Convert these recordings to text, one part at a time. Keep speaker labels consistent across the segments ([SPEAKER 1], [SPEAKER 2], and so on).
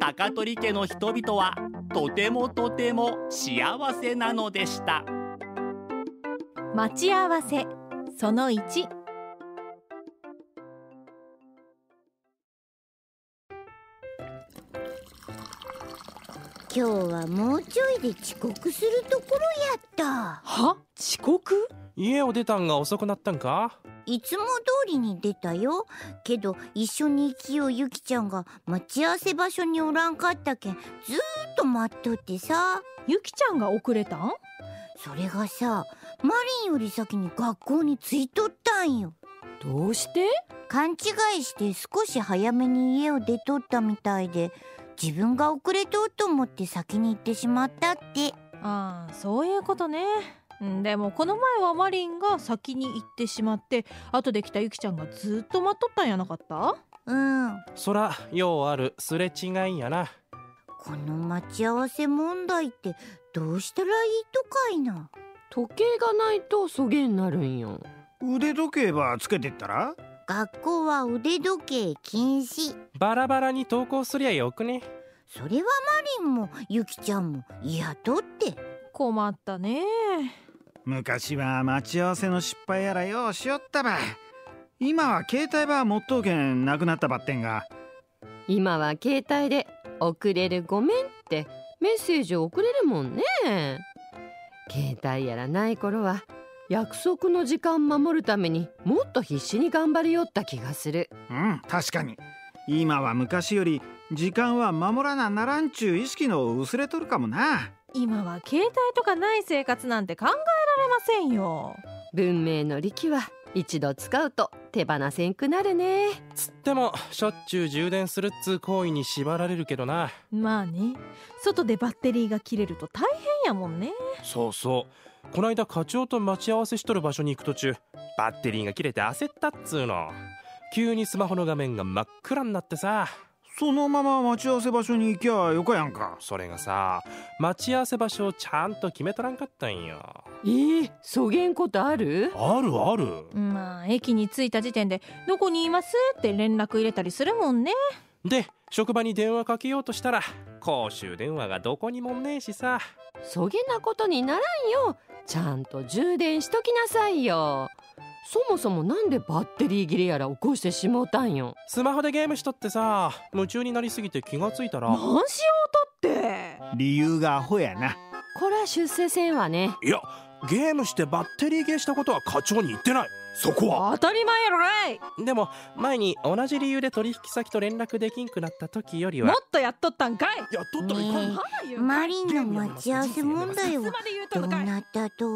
[SPEAKER 1] 高取家の人々はとてもとても幸せなのでした
[SPEAKER 2] 待ち合わせその1
[SPEAKER 3] 今日はもうちょいで遅刻するところやった
[SPEAKER 4] は遅刻
[SPEAKER 5] 家を出たんが遅くなったんか
[SPEAKER 3] いつも通りに出たよけど一緒に行きようゆきちゃんが待ち合わせ場所におらんかったけんずーっと待っとってさ
[SPEAKER 4] ゆきちゃんが遅れたん
[SPEAKER 3] それがさマリンより先に学校に着いとったんよ
[SPEAKER 4] どうして
[SPEAKER 3] 勘違いして少し早めに家を出とったみたいで自分が遅れとうと思って先に行ってしまったって
[SPEAKER 4] ああそういうことねんでもこの前はマリンが先に行ってしまって後で来たゆきちゃんがずっと待っとったんやなかった
[SPEAKER 3] うん
[SPEAKER 5] そらようあるすれ違いやな
[SPEAKER 3] この待ち合わせ問題ってどうしたらいいとかいな
[SPEAKER 6] 時計がないとそげになるんよ
[SPEAKER 7] 腕時計ばつけてったら
[SPEAKER 3] 学校は腕時計禁止
[SPEAKER 5] バラバラに投稿すりゃよくね
[SPEAKER 3] それはマリンもゆきちゃんも嫌とって
[SPEAKER 4] 困ったね
[SPEAKER 7] 昔は待ち合わせの失敗やらようしよったば今は携帯ば持っとうけんなくなったばってんが
[SPEAKER 6] 今は携帯で「遅れるごめん」ってメッセージを送れるもんね携帯やらない頃は約束の時間守るためにもっと必死に頑張りよった気がする
[SPEAKER 7] うん確かに今は昔より時間は守らなならんちゅう意識の薄れとるかもな
[SPEAKER 4] 今は携帯とかない生活なんて考えられませんよ
[SPEAKER 6] 文明の利器は一度使うと手放せんくなるね
[SPEAKER 5] つってもしょっちゅう充電するっつう行為に縛られるけどな
[SPEAKER 4] まあね外でバッテリーが切れると大変やもんね
[SPEAKER 5] そうそうこないだ課長と待ち合わせしとる場所に行く途中バッテリーが切れて焦ったっつうの急にスマホの画面が真っ暗になってさ
[SPEAKER 7] そのまま待ち合わせ場所に行きゃよかやんか
[SPEAKER 5] それがさ待ち合わせ場所をちゃんと決めとらんかったんよ
[SPEAKER 6] えー、そげんことある
[SPEAKER 5] あるある
[SPEAKER 4] まあ駅に着いた時点で「どこにいます?」って連絡入れたりするもんね
[SPEAKER 5] で職場に電話かけようとしたら公衆電話がどこにもねえしさ
[SPEAKER 6] そげなことにならんよちゃんと充電しときなさいよそもそもなんでバッテリー切れやら起こしてしもうたんよ
[SPEAKER 5] スマホでゲームしとってさ夢中になりすぎて気がついたら
[SPEAKER 4] 何しようとって
[SPEAKER 7] 理由がアホやな
[SPEAKER 6] こら出世せんわね
[SPEAKER 5] いやゲームしてバッテリー切れしたことは課長に言ってないそこ
[SPEAKER 4] 当たり前やろがい
[SPEAKER 5] でも前に同じ理由で取引先と連絡できんくなった時より
[SPEAKER 4] も
[SPEAKER 5] は
[SPEAKER 4] っとやっとったんかい
[SPEAKER 5] やっと
[SPEAKER 3] ったらいかんねマリンの待ち合わせ問題は
[SPEAKER 4] まで言うと
[SPEAKER 3] どうん
[SPEAKER 4] かい
[SPEAKER 3] なったと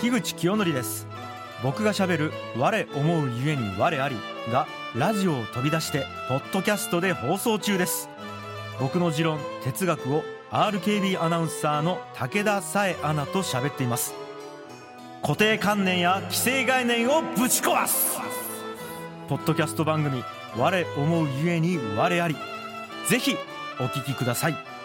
[SPEAKER 8] 樋口清則です僕が喋る我思うゆえに我ありがラジオを飛び出してポッドキャストで放送中です僕の持論哲学を RKB アナウンサーの武田紗恵アナと喋っています固定観念や既成概念をぶち壊すポッドキャスト番組我思うゆえに我ありぜひお聞きください